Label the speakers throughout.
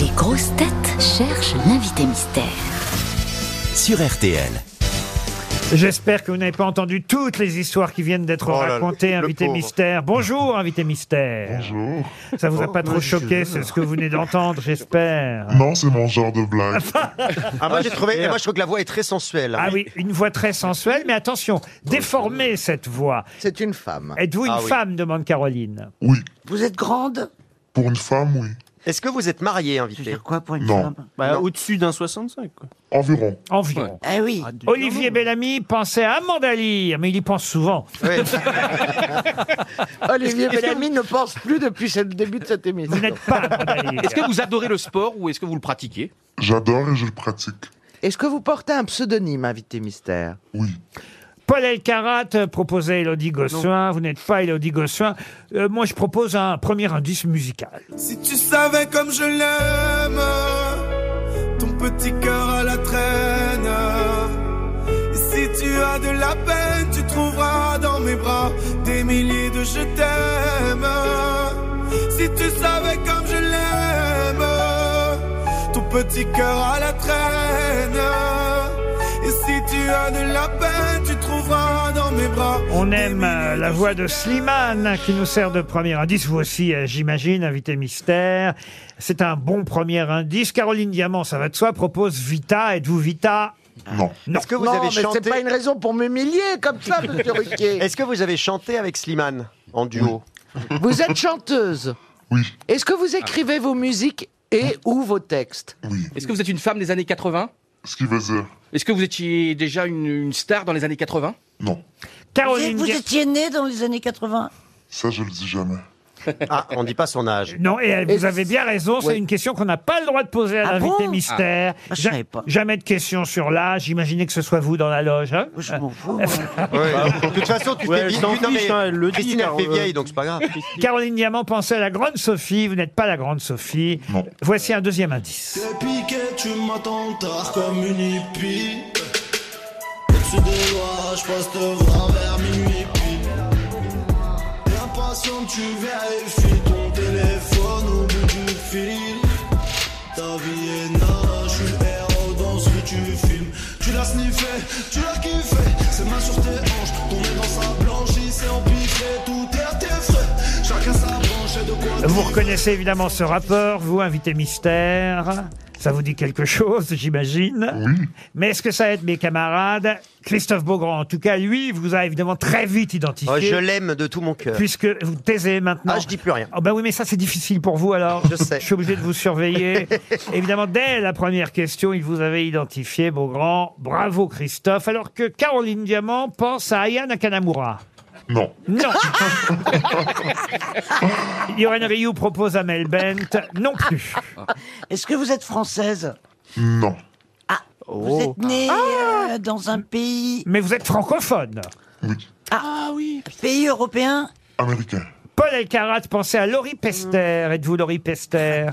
Speaker 1: Les grosses têtes cherchent l'invité mystère.
Speaker 2: sur RTL.
Speaker 3: J'espère que vous n'avez pas entendu toutes les histoires qui viennent d'être
Speaker 4: Oh là là,
Speaker 3: racontées,
Speaker 4: le
Speaker 3: invité
Speaker 4: pauvre.
Speaker 3: mystère. Bonjour, invité mystère.
Speaker 5: Bonjour.
Speaker 3: Ça vous a pas trop choqué, c'est ce que vous venez d'entendre, j'espère.
Speaker 5: Non, c'est mon genre de blague.
Speaker 4: Ah, moi, j'ai trouvé, et moi, je trouve que la voix est très sensuelle. hein.
Speaker 3: Ah oui, une voix très sensuelle, mais attention, déformez cette voix.
Speaker 6: C'est une femme.
Speaker 3: Êtes-vous une
Speaker 4: Ah oui.
Speaker 3: femme demande Caroline.
Speaker 5: Oui,
Speaker 6: Vous êtes grande
Speaker 5: pour une femme, oui.
Speaker 4: Est-ce que vous êtes marié, invité
Speaker 6: quoi pour une
Speaker 5: Non.
Speaker 7: Bah,
Speaker 4: Non.
Speaker 7: Au-dessus d'un 65. Quoi.
Speaker 5: Environ.
Speaker 3: Environ.
Speaker 4: Ah
Speaker 6: Eh oui.
Speaker 3: Olivier Bellamy pensait à Amanda Lear, mais il y pense souvent.
Speaker 4: Oui.
Speaker 6: Olivier Bellamy ne pense plus depuis ce- le début de cette émission.
Speaker 3: Vous n'êtes pas Amanda Lear.
Speaker 7: Est-ce que vous adorez le sport ou est-ce que vous le pratiquez
Speaker 5: J'adore et je le pratique.
Speaker 6: Est-ce que vous portez un pseudonyme, invité mystère
Speaker 5: Oui.
Speaker 3: Paul Elkarat euh, proposait Elodie
Speaker 4: Ah
Speaker 3: Gossuin. Vous n'êtes pas Elodie Gossuin. Euh, moi, je propose un premier indice musical.
Speaker 8: Si tu savais comme je l'aime, ton petit cœur à la traîne. Et si tu as de la peine, tu trouveras dans mes bras des milliers de je t'aime. Si tu savais comme je l'aime, ton petit cœur à la traîne. Et si tu as de la peine, tu trouveras dans mes bras.
Speaker 3: On
Speaker 8: des
Speaker 3: aime euh,
Speaker 8: milliers
Speaker 3: la
Speaker 8: je
Speaker 3: voix de
Speaker 8: t'aime.
Speaker 3: Slimane hein, qui nous sert de premier indice. Vous aussi, euh, j'imagine, invité mystère. C'est un bon premier indice. Caroline Diamant, ça va de soi, propose Vita. Êtes-vous Vita
Speaker 5: Non.
Speaker 4: Est-ce que vous
Speaker 6: Non,
Speaker 4: avez
Speaker 6: mais
Speaker 4: chanté
Speaker 6: c'est pas une raison pour m'humilier comme ça, monsieur Ruquier.
Speaker 4: Est-ce que vous avez chanté avec Slimane en duo
Speaker 6: Vous êtes chanteuse.
Speaker 5: Oui.
Speaker 6: Est-ce que vous écrivez vos musiques et ou vos textes
Speaker 5: Oui.
Speaker 9: Est-ce que vous êtes une femme des années 80
Speaker 5: Ce qui veut dire.
Speaker 9: Est-ce que vous étiez déjà une, une star dans les années 80
Speaker 5: Non.
Speaker 3: Caroline Dia-
Speaker 10: étiez né dans les années 80
Speaker 5: Ça, je le dis jamais.
Speaker 4: Ah, on dit pas son âge.
Speaker 3: Non, et euh,
Speaker 6: Et
Speaker 3: vous avez bien raison, c'est
Speaker 6: Ouais.
Speaker 3: une question qu'on n'a pas le droit de poser à
Speaker 10: Ah
Speaker 3: l'invité
Speaker 10: bon
Speaker 3: mystère.
Speaker 10: Ah, je
Speaker 3: Ja-
Speaker 10: savais pas.
Speaker 3: Jamais de questions sur l'âge. Imaginez que ce soit vous dans la loge. hein
Speaker 10: Je m'en fous.
Speaker 4: Oui. Bah, De toute façon, tu
Speaker 7: Ouais,
Speaker 4: t'es
Speaker 7: elle
Speaker 4: vieille.
Speaker 7: s'en
Speaker 4: non, mais
Speaker 7: fiche, hein, elle le dit,
Speaker 4: Christine, elle
Speaker 7: car,
Speaker 4: fait
Speaker 7: euh,
Speaker 4: vieille, donc c'est pas grave.
Speaker 3: Caroline Diamant pensait à la grande Sophie. Vous n'êtes pas la grande Sophie.
Speaker 5: Non.
Speaker 3: Voici un deuxième indice.
Speaker 8: Depuis que tu m'attends tard comme une hippie Au-dessus des lois, je passe te voir vers minuit pile T'es impatient, tu vérifies ton téléphone au bout du fil Ta vie est nana, je suis le héros dans ce que tu filmes Tu l'as sniffé, tu l'as kiffé Ses mains sur tes hanches, ton nez dans sa blanche Il s'est empiffé, tout est à tes frais Chacun sa branche et de quoi
Speaker 3: Vous reconnaissez évidemment ce rapport, vous, invité mystère. Ça vous dit quelque chose, j'imagine.
Speaker 5: Oui.
Speaker 3: Mais est-ce que ça aide mes camarades Christophe Beaugrand, en tout cas, lui, vous a évidemment très vite
Speaker 4: Oh, je
Speaker 3: identifié.
Speaker 4: l'aime de tout mon cœur.
Speaker 3: puisque vous taisez maintenant.
Speaker 4: Ah, je dis plus rien.
Speaker 3: Oh ben oui, mais ça c'est difficile pour vous alors.
Speaker 4: Je sais.
Speaker 3: Je suis obligé de vous surveiller. Évidemment, dès la première question, il vous avait identifié, Beaugrand. Bravo Christophe. Alors que Caroline Diamant pense à Aya Nakamura.
Speaker 5: Non.
Speaker 3: Non. Yoann Rioux propose à Mel Bent. Non plus.
Speaker 10: Est-ce que vous êtes française
Speaker 5: Non.
Speaker 6: Oh.
Speaker 10: Vous êtes née
Speaker 6: Ah.
Speaker 10: euh, dans un pays,
Speaker 3: Mais vous êtes francophone.
Speaker 5: Oui.
Speaker 10: pays européen
Speaker 5: Américain.
Speaker 3: Paul Elkarat pensait à Laurie Pester. Êtes-vous Laurie Pester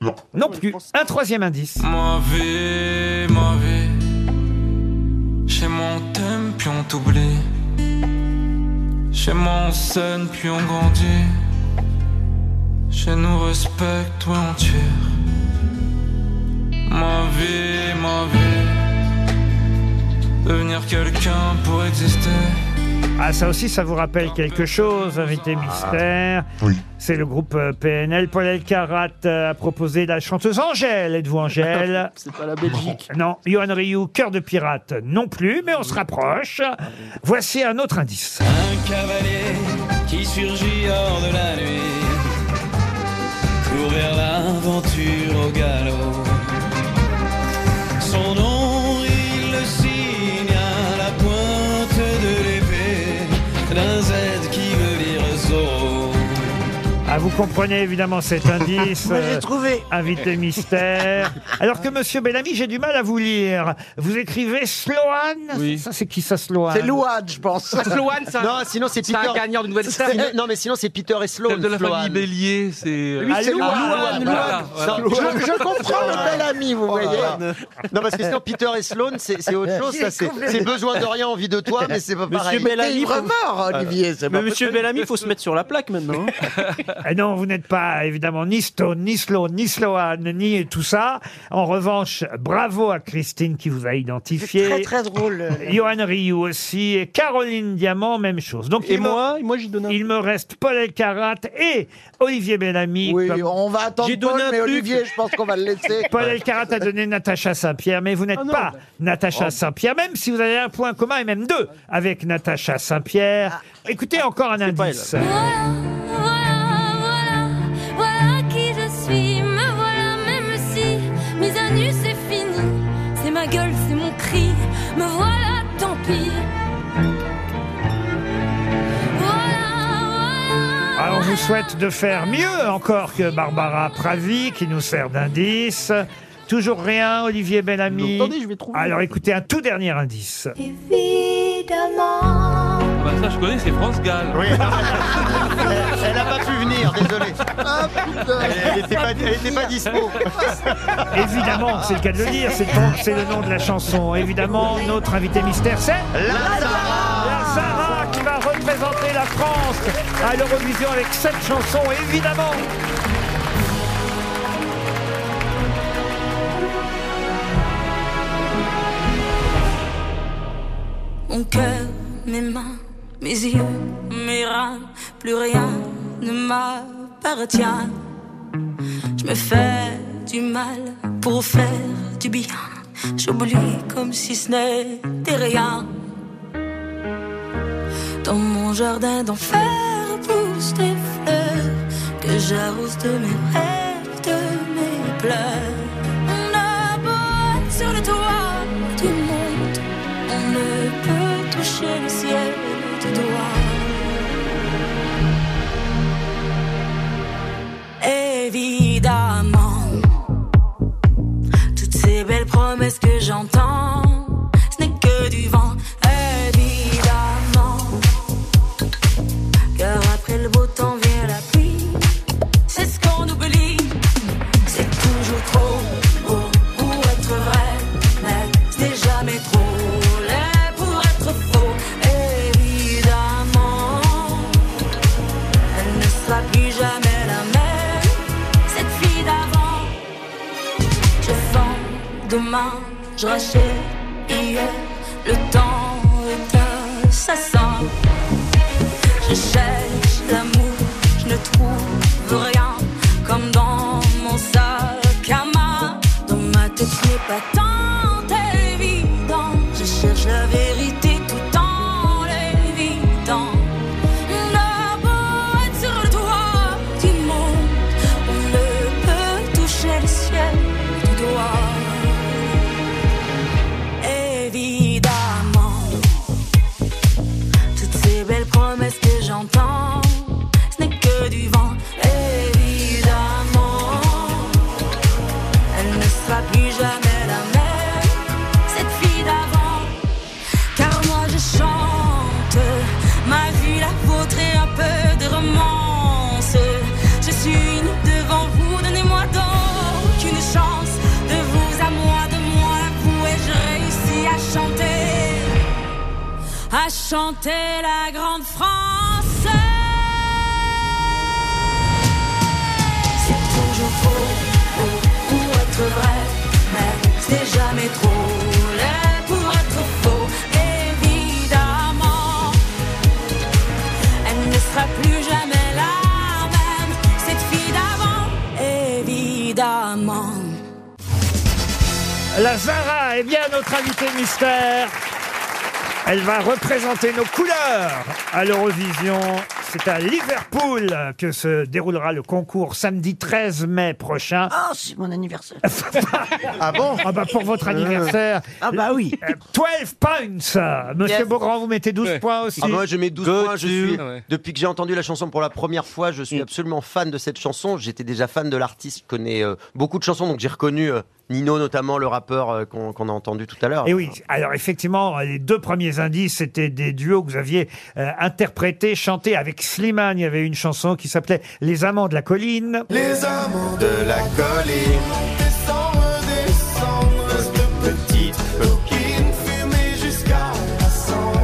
Speaker 5: Non.
Speaker 3: Non plus. Un troisième indice.
Speaker 8: Ma vie, ma vie, chez mon thème puis on t'oublie, chez mon scène puis on grandit, chez nous respecte ouais on tire. Ma vie, ma vie, devenir quelqu'un pour exister.
Speaker 3: Ah, ça aussi, ça vous rappelle quelque chose,
Speaker 7: Ah.
Speaker 3: invité mystère.
Speaker 5: Oui.
Speaker 3: C'est le groupe euh, PNL. Paul Elkarat euh, a proposé la chanteuse Angèle. Êtes-vous Angèle
Speaker 7: C'est pas la Belgique.
Speaker 3: Non. Johan Rioux, cœur de pirate, non plus, mais on se rapproche.
Speaker 7: Ah
Speaker 3: Voici un autre indice.
Speaker 8: Un cavalier qui surgit hors de la nuit Court vers l'aventure au galop Son nom il le signe à la pointe de l'épée D'un Z qui veut dire Zorro
Speaker 3: Ah, vous comprenez évidemment cet indice.
Speaker 10: Moi
Speaker 3: euh,
Speaker 10: j'ai trouvé.
Speaker 3: Invité mystère. Alors que Monsieur Bellamy, j'ai du mal à vous lire. Vous écrivez Sloan.
Speaker 7: Oui.
Speaker 3: Ça, c'est qui ça, Sloan
Speaker 6: C'est louade, je pense.
Speaker 9: Sloan, c'est
Speaker 4: Non,
Speaker 9: un,
Speaker 4: sinon c'est
Speaker 9: c'est un
Speaker 4: Peter.
Speaker 9: gagnant de nouvelle star.
Speaker 4: Sinon- non, mais sinon c'est Peter et Sloan.
Speaker 7: de la
Speaker 4: Sloan.
Speaker 7: famille Bélier, c'est.
Speaker 6: Lui, c'est
Speaker 3: Louane,
Speaker 6: Louane.
Speaker 7: Voilà,
Speaker 6: Louane.
Speaker 7: voilà.
Speaker 6: Je, je comprends le bel ami, vous voyez.
Speaker 4: Non, parce que sinon Peter et Sloan, c'est c'est autre chose. Ça, c'est c'est besoin de rien, envie de toi, mais c'est pas pareil.
Speaker 6: T'es une remords, Olivier, c'est
Speaker 7: Mais
Speaker 6: pas
Speaker 7: monsieur Bellamy, il faut se mettre sur la plaque maintenant. hein.
Speaker 3: Euh, non, vous n'êtes pas évidemment ni Stone, ni Sloan, ni Sloane, ni tout ça. En revanche, bravo à Christine qui vous a identifié.
Speaker 10: Très très drôle.
Speaker 3: Johan Rioux aussi, et Caroline Diamant, même chose. Donc,
Speaker 7: Et
Speaker 3: il me-
Speaker 7: moi, et moi j'y donne un.
Speaker 3: il me reste Paul Elkarat et Olivier Bellamy.
Speaker 6: Oui,
Speaker 3: Comme-
Speaker 6: on va attendre
Speaker 9: J'ai donné
Speaker 6: Paul,
Speaker 9: un
Speaker 6: mais
Speaker 9: truc.
Speaker 6: Olivier, je pense qu'on va le laisser.
Speaker 3: Paul Elkarat a donné Natacha Saint-Pierre, mais vous n'êtes pas Natacha Saint-Pierre, même si vous avez un point commun et même deux avec Natacha Saint-Pierre. Écoutez encore un indice.
Speaker 1: Voilà, voilà, voilà, voilà qui je suis. Me voilà, même si mise à nu c'est fini. C'est ma gueule, c'est mon cri. Me voilà, tant pis. Voilà, voilà.
Speaker 3: Alors, Ah, on vous souhaite de faire mieux encore que Barbara Pravi, qui nous sert d'indice. Toujours rien, Olivier Bellamy.
Speaker 7: Attendez, je vais trouver.
Speaker 3: Alors, écoutez un tout dernier indice.
Speaker 1: Évidemment.
Speaker 7: bah ça, je connais, c'est France Gall.
Speaker 4: Oui. Elle a pas pu venir, désolé. Elle n'était pas, elle était pas dispo.
Speaker 3: Évidemment, c'est le cas de le dire, c'est le, nom- c'est le nom de la chanson. Évidemment, notre invité mystère, c'est la Sarah qui va représenter la France à l'Eurovision avec cette chanson, évidemment.
Speaker 1: Mon cœur, mes mains, mes yeux, mes reins, plus rien ne m'appartient. Je me fais du mal pour faire du bien. J'oublie comme si ce n'était rien. Dans mon jardin d'enfer poussent des fleurs que j'arrose de mes rêves, de mes pleurs. On a beau être sur le toit du monde, on ne peut toucher le ciel du doigt. Évidemment, toutes ces belles promesses que j'entends, ce n'est que du vent. Évidemment. Car après le beau temps vient la pluie, c'est ce qu'on oublie. C'est toujours trop beau pour être vrai, mais c'est jamais trop laid pour être faux. Évidemment, elle ne sera plus jamais la même, cette fille d'avant. Je vends demain, je rachète hier, le temps est un assassin. Je cherche l'amour, je ne trouve rien. Comme dans mon sac à main, dans ma tête ce n'est pas tant évident. Je cherche la vérité tout en l'évitant. On a beau être sur le toit du monde, on ne peut toucher le ciel du doigt. Évidemment. Toutes ces belles promesses que j'entends, ce n'est que du vent, évidemment. Elle ne sera plus jamais la même, cette fille d'avant. Car moi je chante, ma vie, la vôtre et un peu de romance. Je suis une devant vous, donnez-moi donc une chance. De vous à moi, de moi à vous, et je réussis à chanter à chanter la grande France. C'est toujours trop beau pour être vrai, mais c'est jamais trop laid pour être faux, évidemment. Elle ne sera plus jamais la même, cette fille d'avant, évidemment.
Speaker 3: La Zara est bien notre invitée mystère. Elle va représenter nos couleurs à l'Eurovision. C'est à Liverpool que se déroulera le concours samedi 13 mai prochain.
Speaker 10: Ah, c'est mon anniversaire.
Speaker 4: Ah bon
Speaker 3: Ah bah pour votre anniversaire,
Speaker 10: Ah bah oui.
Speaker 3: euh, 12 points. euh, Monsieur
Speaker 4: Yes.
Speaker 3: Beaugrand, vous mettez 12
Speaker 9: Ouais.
Speaker 3: points aussi.
Speaker 4: Ah bah moi je mets 12
Speaker 9: Go
Speaker 4: points, je
Speaker 9: to-
Speaker 4: suis,
Speaker 9: Ouais.
Speaker 4: depuis que j'ai entendu la chanson pour la première fois, je suis absolument fan de cette chanson, j'étais déjà fan de l'artiste, je connais euh, beaucoup de chansons, donc j'ai reconnu euh, Nino notamment, le rappeur euh, qu'on qu'on a entendu tout à l'heure.
Speaker 3: Et Eh oui, alors effectivement, les deux premiers indices, c'était des duos que vous aviez euh, interprétés, chantés avec Slimane. Il y avait une chanson qui s'appelait Les Amants de la Colline.
Speaker 8: Les amants de la colline monter sans redescendre Cette petite coquine fumée jusqu'à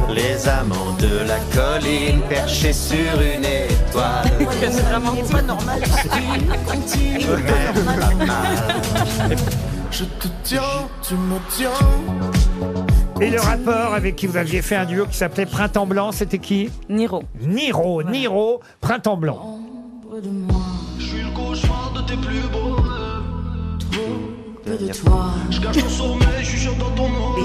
Speaker 8: 100
Speaker 4: Les amants de la colline perchée sur une étoile.
Speaker 10: C'est vraiment pas normal.
Speaker 8: continue.
Speaker 3: Je te tiens, tu me tiens. Et le rapport avec qui vous aviez fait un duo qui s'appelait Printemps Blanc, c'était qui Niro. Niro, Niro, Printemps Blanc.
Speaker 8: Je suis le cauchemar de tes plus beaux rêves. Trop peu de
Speaker 1: toi.
Speaker 8: Je cache ton sommeil, je jure dans ton nom.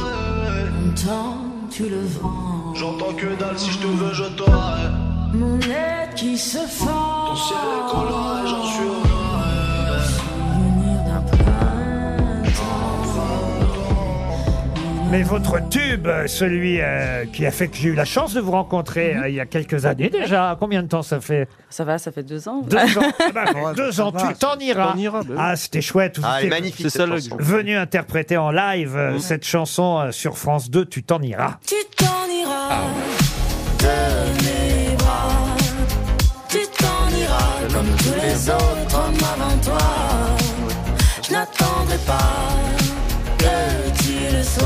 Speaker 8: tu le vends. J'entends que dalle, si je te veux, je t'aurai.
Speaker 1: Mon aide qui se fend.
Speaker 8: Ton ciel est coloré, j'en suis honoré.
Speaker 3: Mais votre tube, celui euh, qui a fait que j'ai eu la chance de vous rencontrer euh, il y a quelques années déjà. Combien de temps ça fait
Speaker 11: Ça va, ça fait deux ans.
Speaker 3: Deux ans. Ah bah, deux ans,
Speaker 11: va.
Speaker 3: tu t'en iras.
Speaker 11: T'en iras, bah oui.
Speaker 3: ah, c'était chouette. Vous
Speaker 4: Ah, elle est
Speaker 3: étiez
Speaker 4: magnifique, C'est cette ça, le- chanson.
Speaker 3: Venu interpréter en live euh,
Speaker 4: Mm.
Speaker 3: cette chanson euh, sur France 2, tu t'en iras. Ah
Speaker 1: Tu t'en iras de mes bras. Tu t'en iras comme tous les autres hommes avant toi. Je n'attendrai pas que tu le sois.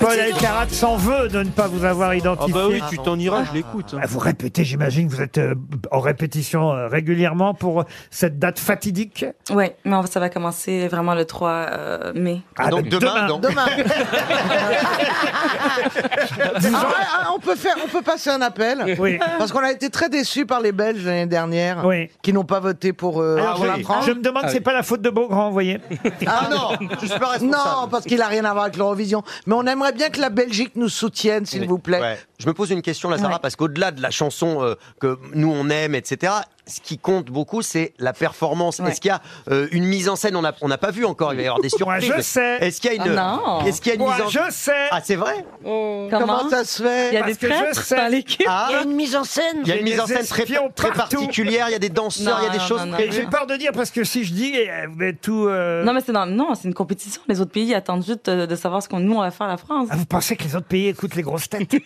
Speaker 3: Paul Alcarat s'en veut de ne pas vous avoir identifié.
Speaker 7: Ah bah oui, tu t'en iras, je l'écoute. hein.
Speaker 3: Ah, Vous répétez, j'imagine que vous êtes euh, en répétition euh, régulièrement pour cette date fatidique.
Speaker 11: Ouais, mais on va- ça va commencer vraiment le 3 euh, mai.
Speaker 3: Ah, donc donc demain, demain, donc. demain.
Speaker 12: Ah ouais, ah, on peut faire, on peut passer un appel.
Speaker 3: Oui.
Speaker 12: Parce qu'on a été très déçus par les Belges l'année dernière, qui n'ont pas voté pour. euh,
Speaker 11: Ah,
Speaker 3: Alors,
Speaker 12: pour la France.
Speaker 3: Ah, je, je me demande, c'est pas la faute de Beaugrand, vous voyez
Speaker 12: Ah non, Non, parce qu'il a rien à voir avec l'Eurovision. Mais on aimerait bien que la Belgique nous soutienne, s'il vous plaît.
Speaker 4: Ouais. Je me pose une question là, Sarah,
Speaker 12: Ouais.
Speaker 4: parce qu'au-delà de la chanson euh, que nous on aime, etc., ce qui compte beaucoup, c'est la performance.
Speaker 11: Ouais.
Speaker 4: Est-ce qu'il y a euh, une mise en scène On n'a on n'a pas vu encore. Il va y avoir des
Speaker 3: Moi,
Speaker 4: surprises.
Speaker 3: je sais.
Speaker 4: Est-ce qu'il y a une
Speaker 11: Ah non.
Speaker 4: Est-ce qu'il y a une
Speaker 11: Moi,
Speaker 4: mise en
Speaker 11: je
Speaker 3: sais.
Speaker 4: Ah, c'est vrai.
Speaker 11: Comment,
Speaker 12: ça se fait
Speaker 11: Il y a
Speaker 4: Parce
Speaker 11: des
Speaker 4: que je
Speaker 11: prêtres
Speaker 4: sais.
Speaker 11: dans l'équipe.
Speaker 4: Ah. Il y a
Speaker 10: une mise en scène.
Speaker 4: Il y a une mise en scène très, très particulière. Il y a des danseurs. il y a des choses.
Speaker 3: Et j'ai peur de dire parce que si je dis, euh, vous êtes tout. euh,
Speaker 11: Non, mais c'est dans- non, c'est une compétition. Les autres pays attendent juste euh, de, savoir ce qu'on nous on va faire la France.
Speaker 3: Ah, vous pensez que les autres pays écoutent les grosses têtes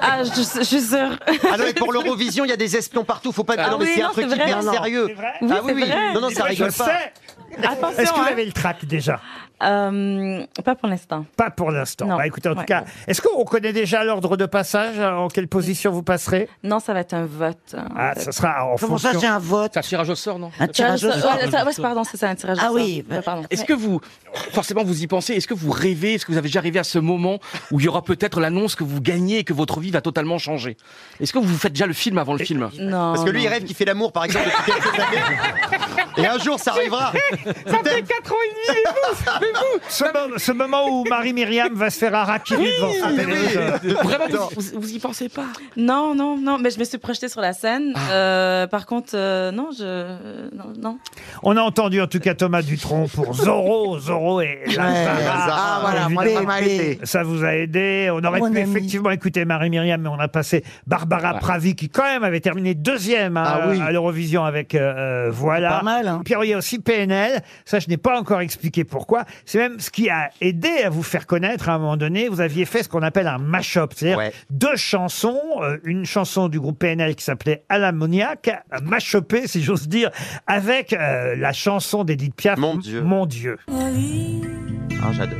Speaker 11: Ah, je, je suis sûre.
Speaker 4: Ah non, mais pour l'Eurovision, il y a des espions partout. Faut pas.
Speaker 11: Ah
Speaker 4: non, mais
Speaker 11: oui,
Speaker 4: c'est un
Speaker 11: non,
Speaker 4: truc
Speaker 11: c'est vrai.
Speaker 4: hyper
Speaker 11: Non, non.
Speaker 4: sérieux.
Speaker 11: C'est vrai.
Speaker 4: Ah
Speaker 11: Oui,
Speaker 4: oui,
Speaker 11: c'est
Speaker 4: oui.
Speaker 11: vrai.
Speaker 4: Non, non, ça
Speaker 11: Mais je
Speaker 4: rigole pas.
Speaker 11: sais. Attention,
Speaker 3: Est-ce que vous
Speaker 11: hein.
Speaker 3: avez le track déjà
Speaker 11: Euh, pas pour l'instant.
Speaker 3: Pas pour l'instant. Bah, écoutez, en tout
Speaker 11: Ouais.
Speaker 3: cas, est-ce qu'on connaît déjà l'ordre de passage euh, En quelle position vous passerez
Speaker 11: Non, ça va être un vote. hein,
Speaker 3: Ah,
Speaker 11: en fait.
Speaker 3: ça sera en fonction.
Speaker 10: un vote
Speaker 9: C'est un tirage au sort,
Speaker 6: Ah,
Speaker 9: non
Speaker 10: Un tirage au
Speaker 11: Ouais,
Speaker 10: sort.
Speaker 11: ça- ouais, c'est- pardon, c'est ça, un tirage au
Speaker 10: Ah
Speaker 11: sort.
Speaker 10: oui,
Speaker 11: Ouais, pardon.
Speaker 9: Est-ce que vous, forcément, vous y pensez Est-ce que vous rêvez Est-ce que vous avez déjà rêvé à ce moment où il y aura peut-être l'annonce que vous gagnez et que votre vie va totalement changer Est-ce que vous faites déjà le film avant le film
Speaker 11: Non.
Speaker 4: Parce que lui, il rêve qu'il fait l'amour, par exemple, depuis quelques années. Et un jour, ça arrivera.
Speaker 9: Ça fait 4 ans et demi, mais vous,
Speaker 3: Ce, moment, ce moment où Marie-Myriam va se faire harakiri devant sa télévision.
Speaker 9: Vraiment, vous, vous- vous y pensez pas
Speaker 11: Non, non, non, mais je me suis projetée sur la scène.
Speaker 1: Ah.
Speaker 11: Euh, par contre, euh, non, je. euh, Non, non.
Speaker 3: On a entendu en tout cas Thomas Dutronc pour Zorro, Zorro et la
Speaker 12: Ouais,
Speaker 3: Zara.
Speaker 12: ah, voilà, moi,
Speaker 3: Évidemment,
Speaker 12: ça m'a aidé.
Speaker 3: Ça vous a aidé. On aurait
Speaker 12: Mon
Speaker 3: pu
Speaker 12: ami.
Speaker 3: effectivement écouter Marie-Myriam, mais on a passé Barbara Pravi qui quand même avait terminé deuxième hein,
Speaker 12: Ah oui.
Speaker 3: à l'Eurovision avec euh, euh, Voilà.
Speaker 12: Pas mal, hein.
Speaker 3: Puis alors, il y a aussi PNL. Ça, je n'ai pas encore expliqué pourquoi. C'est même ce qui a aidé à vous faire connaître à un moment donné. Vous aviez fait ce qu'on appelle un mash-up, c'est-à-dire deux chansons, euh, une chanson du groupe PNL qui s'appelait À l'ammoniaque, mash-upée, si j'ose dire, avec euh, la chanson d'Edith Piaf, Mon Dieu. Mon Dieu.
Speaker 1: La vie,
Speaker 4: Ah, j'adore.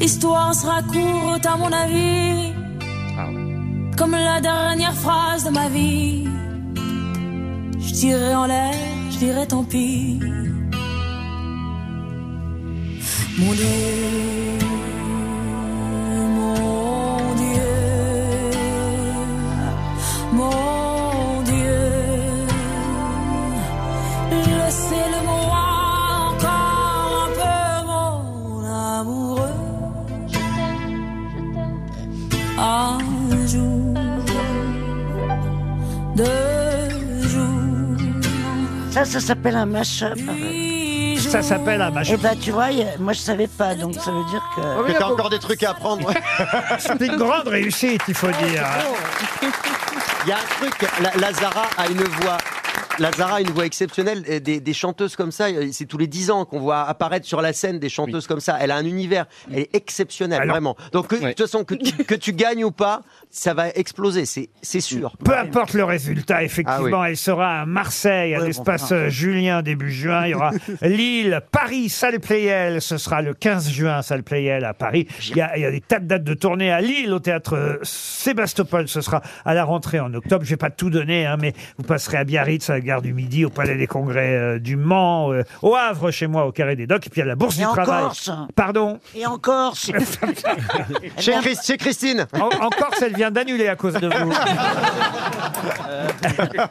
Speaker 1: histoire sera courte à mon avis. Comme la dernière phrase de ma vie. Je tirerai en l'air, je dirai tant pis. Mon Dieu, mon Dieu, mon Dieu. Je sais le mot encore un peu, mon amoureux. Un jour, deux jours.
Speaker 10: Ça, ça s'appelle un mash-up.
Speaker 3: Ça s'appelle un mash-up.
Speaker 10: Eh ben, tu vois, y a- moi, je savais pas, donc ça veut dire
Speaker 11: Ah
Speaker 10: que...
Speaker 4: Que t'as encore des trucs à apprendre.
Speaker 3: C'était une grande hein. réussite, il faut dire.
Speaker 4: Il y a un truc, la, la Zara a une voix Lazara a une voix exceptionnelle. Et Des, des chanteuses comme ça, euh, c'est tous les 10 ans qu'on voit apparaître sur la scène des chanteuses comme ça. Elle a un univers. Elle est exceptionnelle, vraiment. Donc, que- de toute façon, que tu, que tu gagnes ou pas, ça va exploser, c'est c'est sûr.
Speaker 3: Peu importe le résultat, effectivement,
Speaker 4: Ah oui.
Speaker 3: elle sera à Marseille, à
Speaker 4: Ouais,
Speaker 3: l'espace
Speaker 4: bon, enfin.
Speaker 3: euh, Julien début juin. Il y aura Lille, Paris, Salle Playel. Ce sera le 15 juin, Salle Playel à Paris. Il y, a, il y a des tas de dates de tournée à Lille, au théâtre euh, Sébastopol. Ce sera à la rentrée en octobre. Je vais pas tout donner, hein, mais vous passerez à Biarritz, à la gare du Midi, au Palais des Congrès euh, du Mans, euh, au Havre, chez moi, au Carré des Docks, et puis à la Bourse
Speaker 10: Et
Speaker 3: du
Speaker 10: en
Speaker 3: Travail.
Speaker 10: Corse.
Speaker 3: Pardon
Speaker 10: Et en Corse.
Speaker 4: Chez, Chris- chez Christine.
Speaker 3: En, en Corse, elle vient d'annuler à cause de vous.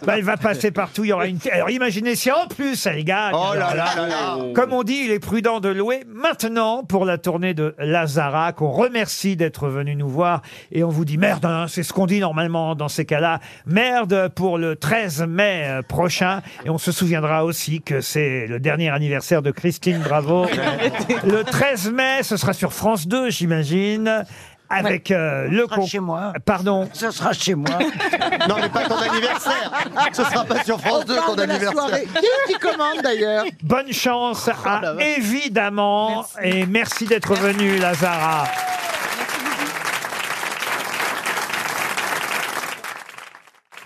Speaker 3: Bah, elle va passer partout. Il y aura une. Alors imaginez si en plus elle gagne.
Speaker 13: Oh là
Speaker 3: Alors
Speaker 13: là là là.
Speaker 3: Comme on dit, il est prudent de louer maintenant pour la tournée de Lazara qu'on remercie d'être venu nous voir et on vous dit merde. hein, c'est ce qu'on dit normalement dans ces cas-là. Merde pour le 13 mai euh, prochain et on se souviendra aussi que c'est le dernier anniversaire de Christine Bravo. le 13 mai, ce sera sur France 2, j'imagine. Avec euh, le con... chez moi. Pardon. Ce sera chez moi.
Speaker 4: Non, mais pas ton anniversaire. Ce sera pas sur France 2 ton anniversaire.
Speaker 3: qui commande d'ailleurs Oh, Bonne chance à évidemment et merci d'être venu Lazara.